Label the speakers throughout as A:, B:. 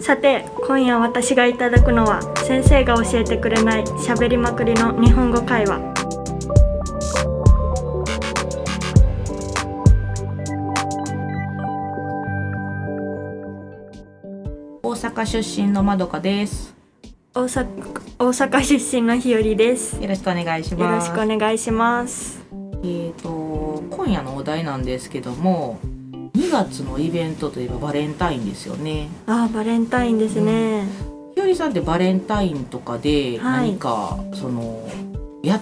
A: さて今夜私がいただくのは先生が教えてくれないしゃべりまくりの日本語会話
B: 大阪出身のまどかです。
A: 大阪大阪出身の日和ですよ
B: よろしくお願いし
A: ろ
B: ま
A: し
B: す。
A: くお願いします
B: えっ、と今夜のお題なんですけども、2月のイベントといえばバレンタインですよね。
A: あーバレンタインですね、
B: ひよりさんってバレンタインとかで
A: はい
B: 何か、そのや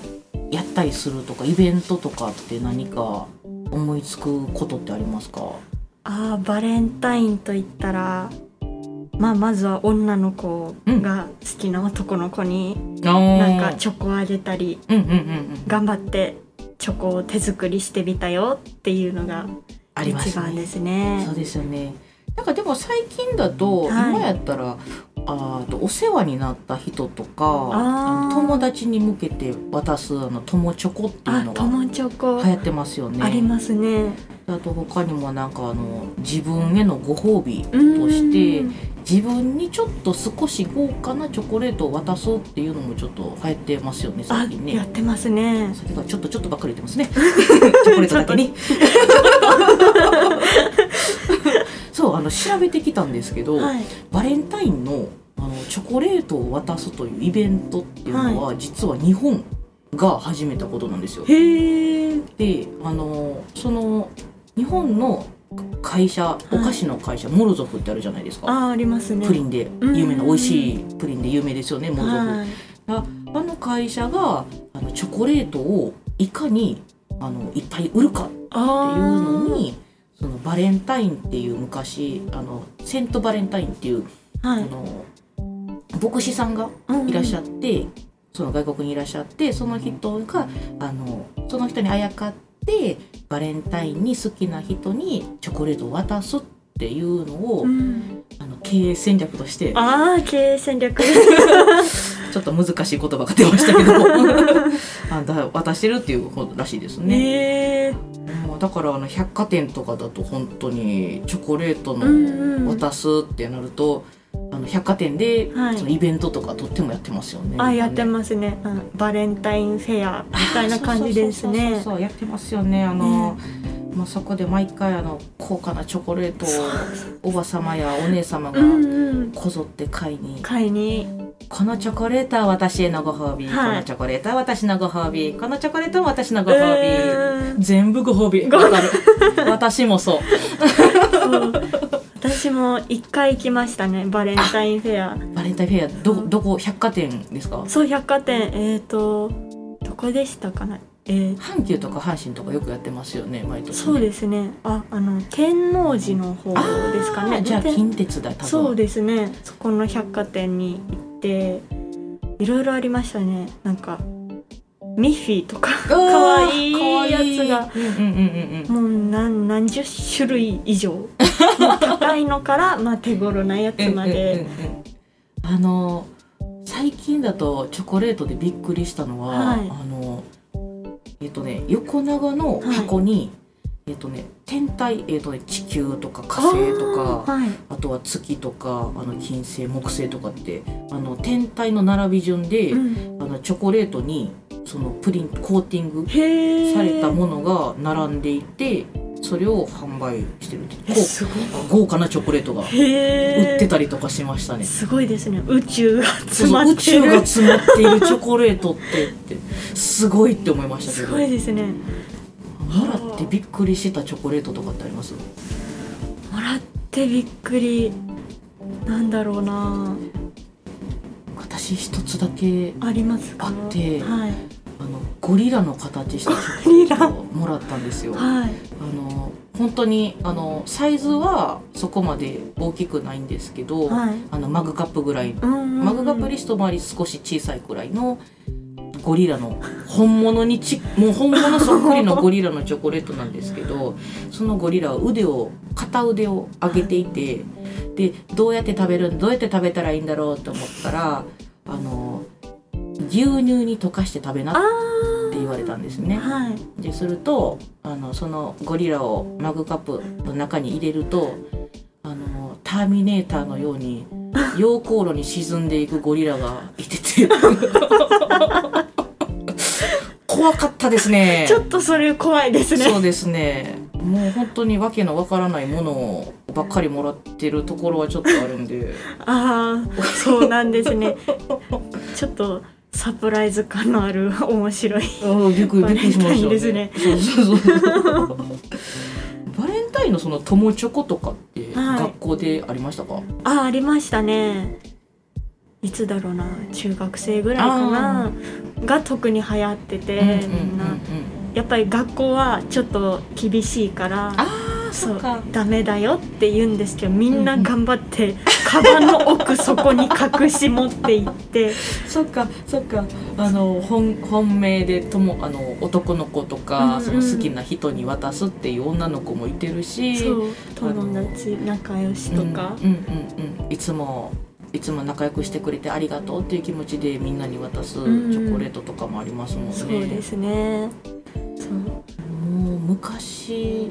B: やったりするとかイベントとかって何か思いつくことってありますか？
A: あーバレンタインと言ったらまあまずは女の子が好きな男の子になんかチョコあげたり
B: うんうんうんうん
A: 頑張ってチョコを手作りしてみたよっていうのが
B: ありま
A: 一
B: す
A: 番
B: ね
A: で。すね
B: そうですよね。なんかでも最近だと、
A: はい
B: 今やったらあーとお世話になった人とか
A: あー
B: あの友達に向けて渡すあの友チョコっていう
A: あ
B: のが
A: 友チョコ
B: 流行ってますよね。
A: ありますね
B: あと他にもなんかあの自分へのご褒美と
A: うん
B: して自分にちょっと少し豪華なチョコレートを渡そうっていうのもちょっと流行ってますよね
A: あ
B: 最近
A: やっ
B: ね。
A: てますね
B: 先がちょっとちょっとばっかり言ってま すね。チョコレートだけに。そうあの調べてきたんですけど、
A: はい
B: バレンタインのあのチョコレートを渡すというイベントっていうのは、実は日本が始めたことなんですよ。
A: へえ
B: であのその日本の会社、
A: い
B: お菓子の会社モロゾフってあるじゃないですか。
A: あーありますね
B: プリンで
A: うん
B: 有名な美味しいプリンで有名ですよねモロゾフ。
A: はい
B: あの会社があのチョコレートをいかにあのいっぱい売るかっていう
A: あ
B: のにそのバレンタインっていう昔あのセントバレンタインっていう、
A: ーは
B: あの牧師さんが
A: い
B: いらっし
A: ゃ
B: ゃって、その外国にいらっしゃってその人があのその人にあやかってバレンタインに好きな人にチョコレートを渡すっていうのを、あの経営戦略として
A: ああ経営戦略
B: ちょっと難しい言葉が出ましたけど あだ渡してるっていうことらしいです ね、
A: ねえ
B: うんだからあの百貨店とかだと本当にチョコレート
A: うんう
B: の
A: ん
B: 渡すってなると、あの百貨店で
A: はい
B: そのイベントとかとってもやってますよね、
A: あやってますねあのバレンタインフェアみたいな感じです
B: そうそうそ
A: ね
B: うそうやってますよねあの、まあ、そこで毎回あの高価なチョコレートをおばさまやお姉様が
A: うんうん
B: こぞって買いに
A: 買いに
B: このチョコレートは私へのご褒美、
A: はい
B: このチョコレートは私のご褒美このチョコレートは私のご
A: う
B: 褒美、
A: ーん
B: 全部ご褒美
A: ご
B: わかる私もそう
A: そう私も一回行きましたねバレンタインフェア
B: バレンタインフェアどどこ百貨店ですか
A: そう百貨店えっ、ー、とどこでしたかなえー
B: 阪急とか阪神とかよくやってますよね毎年ね
A: そうですねああの天王寺の方
B: あー
A: ですかね
B: じゃあ
A: 天
B: 近鉄だ多分
A: そうですねそこの百貨店に行っていろいろありましたねなんかミッフィーとか
B: か
A: わいいやつが
B: うんうんうんうん
A: もう何何十種類以上もう高いのから、まあ、手頃なやつま
B: うん
A: で
B: うんうんうんあの最近だとチョコレートでびっくりしたのは、
A: はい
B: あのえっ、とね横長の箱に、えっ、とね天体えっ、とね地球とか火星とか
A: あーはい
B: あとは月とかあの金星木星とかってあの天体の並び順で、
A: うん、
B: あのチョコレートにそのプリントコーティング
A: へえ
B: されたものが並んでいてそれを販売してるって
A: え
B: こう
A: すごい
B: 豪華なチョコレートが
A: へえ
B: 売ってたりとかしましたね。
A: すごいですね宇宙が
B: そう
A: 詰
B: そ
A: ま
B: う
A: っ
B: 宇
A: て
B: 宙
A: る
B: が詰まっているチョコレートってってすごいって思いましたけ
A: す
B: ど
A: ごいですね
B: もらってびっくりしたチョコレートとかってあります
A: もらってびっくりなんだろうな
B: 私一つだけ
A: ありますか
B: あって
A: はい
B: あのゴリラの形したチョコレートをもらったんですよ。あ
A: はい
B: の本当にあのサイズはそこまで大きくないんですけど、
A: はい
B: あのマグカップぐらい
A: うんうんうん
B: マグカップリスト周り少し小さいくらいのゴリラの本物にちもう本物そっくりのゴリラのチョコレートなんですけどそのゴリラは腕を片腕を上げていてでどうやって食べるどうやって食べたらいいんだろうと思ったらあの牛乳に溶かして食べなっ
A: あ
B: て言われたんです
A: ー
B: ね。
A: はい
B: でするとあのそのゴリラをマグカップの中に入れるとあのターミネーターのように溶鉱炉に沈んでいくゴリラがいてて怖かったですね
A: ちょっとそれ怖いですね
B: そうですねもう本当にわけのわからないものばっかりもらってるところはちょっとあるんで
A: ああそうなんですねちょっとサプライズ感のある面白い
B: あびっくり
A: バ
B: びっ
A: レ
B: くり
A: ン
B: しま
A: タインで
B: し
A: す
B: た
A: ね
B: ね。そうそうそうバレンタインのその友チョコとかって
A: はい
B: 学校でありましたか、
A: ああありましたねいつだろうな中学生ぐらいかなが特に流行ってて、みんなやっぱり学校はちょっと厳しいから
B: ああそ
A: そ
B: っ
A: う
B: か
A: ダメだよって言うんですけどみんな頑張って、カバンの奥底に隠し持っていって
B: そっかそっかあの本本命でともあの男の子とか、
A: うんうん
B: その好きな人に渡すっていう女の子もいてるし
A: そう友達仲良しとか、
B: うんうんうんうん、いつもいつも仲良くしてくれてありがとうっていう気持ちでみんなに渡すチ
A: うん
B: ョコレートとかもありますもんね。
A: そうですねそう
B: もう昔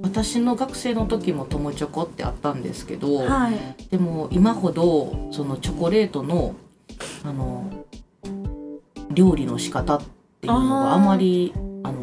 B: 私の学生の時も友チョコってあったんですけど、
A: はい
B: でも今ほどそのチョコレートのあの料理の仕方っていうの
A: あ
B: が
A: ー
B: あまりあの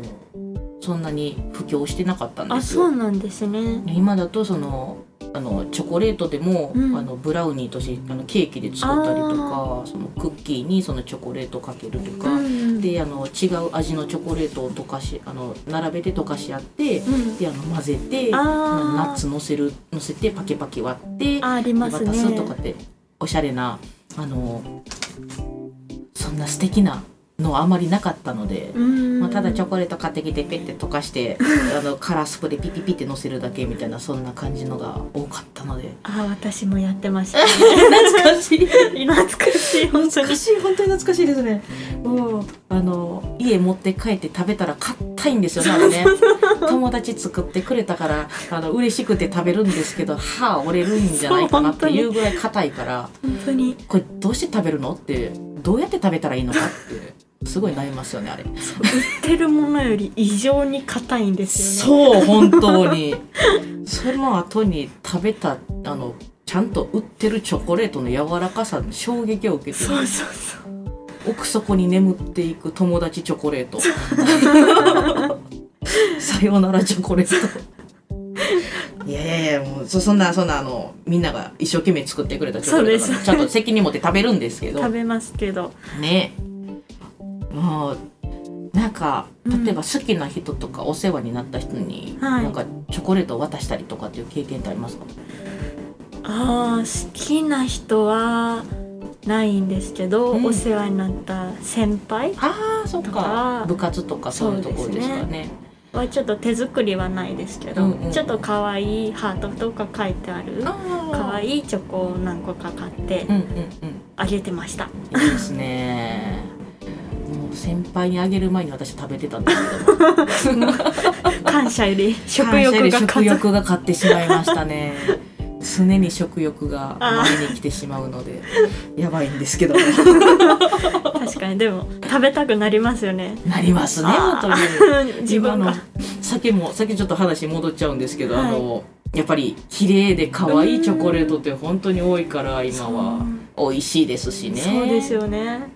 B: そんなに布教してなかったんで
A: あ
B: す
A: そ
B: よ。
A: うなんですね
B: 今だとそのあのチョコレートでも、
A: うん
B: あのブラウニーとしてあのケーキで作ったりとかそのクッキーにそのチョコレートかけると
A: う
B: か、
A: ん
B: であの違う味のチョコレートを溶かしあの並べて溶かし合って、
A: うん
B: であの混ぜて
A: あー
B: ナッツ乗せる乗せてパキパキ割って
A: あありますね
B: 渡すとかっておしゃれなあのそんな素敵なのはあまりなかったので、
A: うん
B: まあ、ただチョコレート買ってきてペッて溶か してあのカラースプレーピピピって乗せるだけみたいなそんな感じのが多かったので
A: ああ私もやってました
B: 懐かしい
A: 懐かしい本当に
B: 懐かしい本当に懐かしいですねもうあの家持って帰って食べたら硬いんですよねあれ ね友達作ってくれたからあの嬉しくて食べるんですけど歯折れるんじゃないかなっていうぐらい硬 いから
A: 本当に
B: これどうして食べるのってどうやって食べたらいいのかってすごい悩みますよねあれ
A: 売ってるものより異常に硬いんですよね
B: そう本当にその後に食べたあのちゃんと売ってるチョコレートの柔らかさに衝撃を受けて
A: そうそうそう
B: 奥底に眠っていく友達チョコレ ートさようならチョコレートいやいやいやもうそそんなそんなあのみんなが一生懸命作ってくれたチョコレート
A: そう
B: な
A: で
B: ん
A: す
B: でちゃんと責任持って食べるんですけど
A: 食べますけど
B: ねもうなんか
A: うん
B: 例えば好きな人とかお世話になった人に、
A: はい
B: なんかチョコレートを渡したりとかっていう経験ってありますか、
A: あー好きな人はないんですけど、
B: うん
A: お世話になった先輩
B: ああそっ
A: とか
B: 部活とかそういうところですか
A: そう
B: ね
A: はちょっと手作りはないですけど、
B: うんうん
A: ちょっと可愛いハートとか書いてある
B: あ
A: 可
B: い
A: 愛いチョコを何個か買って
B: うんうんうん
A: あげてました、
B: いいですね。もう先輩にあげる前に私食べてたんですけど、
A: 感謝より 食欲
B: 感謝で
A: が
B: 食
A: 勝つ
B: 欲が買ってしまいましたね。常に食欲が前に来てしまうので、やばいんです けど。
A: 確かにでも食べたくなりますよね
B: なりますね、
A: あ
B: 本当に。
A: ー自分
B: 今の
A: が
B: 酒も酒ちょっと話戻っちゃうんですけど、
A: はい
B: あのやっぱり綺麗で可愛いチョコレートって本当に多いから今は美味しいですしね。
A: そうですよね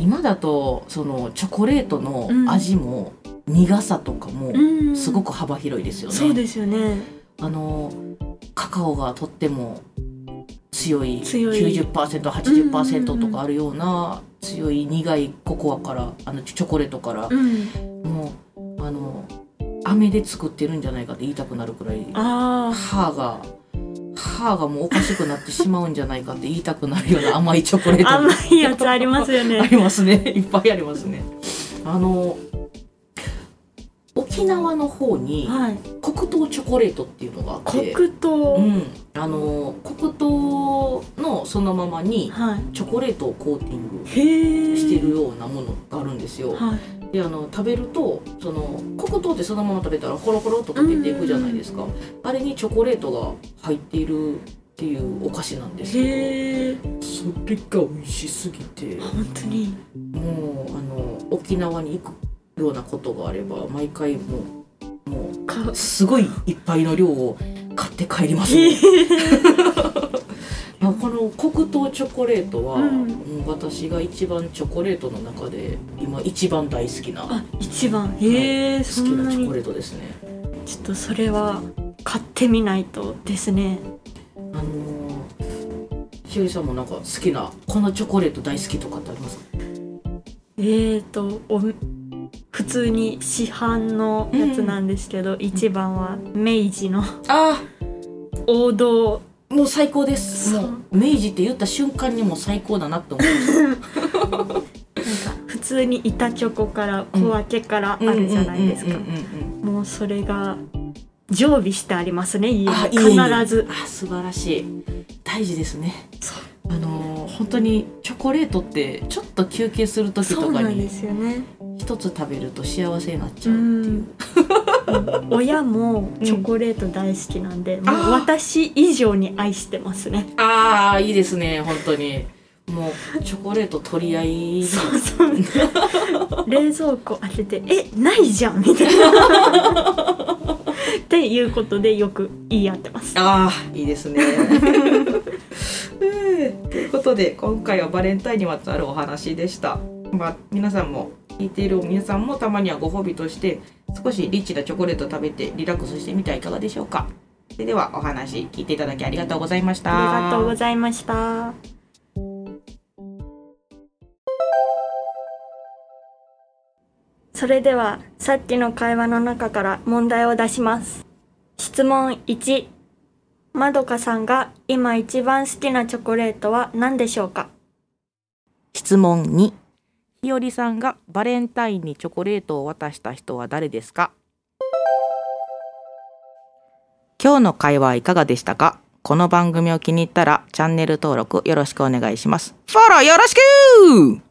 B: 今だとそのチョコレートの味も苦さとかも
A: うん
B: すごく幅広いですよね。
A: そうですよね
B: あのカカオがとっても強い
A: 強い
B: 90%80% と
A: うんうんうん
B: かあるような強い苦いココアからあのチチョコレートから
A: うん
B: もうあの飴で作ってるんじゃないかって言いたくなるくらい
A: ああ
B: 歯が歯がもうおかしくなってしまうんじゃないかって言いたくなるような甘いチョコレート
A: 甘いやつありますよね
B: ありますね。 いっぱいありますね。あの沖縄の方に
A: はい
B: 黒糖チョコレートっていうのがあって、
A: 黒糖、
B: うん、あの黒糖のそのままに
A: はい
B: チョコレートをコーティング
A: へえ
B: してるようなものがあるんですよ。
A: はい
B: であの食べるとその黒糖ってそのまま食べたらコロコロっと溶けていくじゃないですか。あれにチョコレートが入っているっていうお菓子なんですけど、
A: へえ
B: それが美味しすぎて。
A: 本当に
B: もうあの沖縄に行くようなことがあれば毎回もうも
A: か
B: うすごいいっぱいの量を買っって帰ります、 まあこの黒糖チョコレートは、
A: うん
B: うん私が一番チョコレートの中で今一番大好きな好
A: あ一番へえそ
B: き
A: ん
B: な
A: な
B: チョ
A: に
B: コレートですね。
A: ちょっとそれは買ってみないとですね
B: あのーしおりさんもなんか好きなこのチョコレート大好きとかってありますか？
A: えーとお普通に市販のやつなんですけど、一番は明治の
B: あ
A: 王道
B: あもう最高です。
A: そう
B: もう明治って言った瞬間にもう最高だなって思いま した。
A: なんか普通に板チョコから小分けからあるじゃないですか
B: うんうんうんうんうん
A: もうそれが常備してありますね家に
B: あ
A: 必
B: いえいえ
A: ず
B: あ素晴らしい大事ですね
A: そ
B: あのー本当にチョコレートってちょっと休憩する時
A: そ
B: と
A: う
B: か
A: なんで
B: に
A: すよね
B: 一つ食べると幸せになっち
A: う
B: ゃうっていうん
A: 親もチョコレート大好きなんで、も
B: あー
A: う私以上に愛してますね
B: ああいいですね本当にもうチョコレート取り合い
A: そうそう 冷蔵庫開けて「えないじゃん」みたいな。 っていうことでよく言い合ってます。
B: ああいいです ねうんということで今回はバレンタインにまつわるお話でしたまあ皆さんも聞いている皆さんもたまにはご褒美として少しリッチなチョコレートを食べてリラックスしてみてはいかがでしょうかそれではお話聞いていただきありがとうございました
A: ありがとうございました。それではさっきの会話の中から問題を出します。質問1。まどかさんが今一番好きなチョコレートは何でしょうか
B: 質問2ひよりさんがバレンタインにチョコレートを渡した人は誰ですか今日の会話いかがでしたかこの番組を気に入ったらチャンネル登録よろしくお願いしますフォローよろしく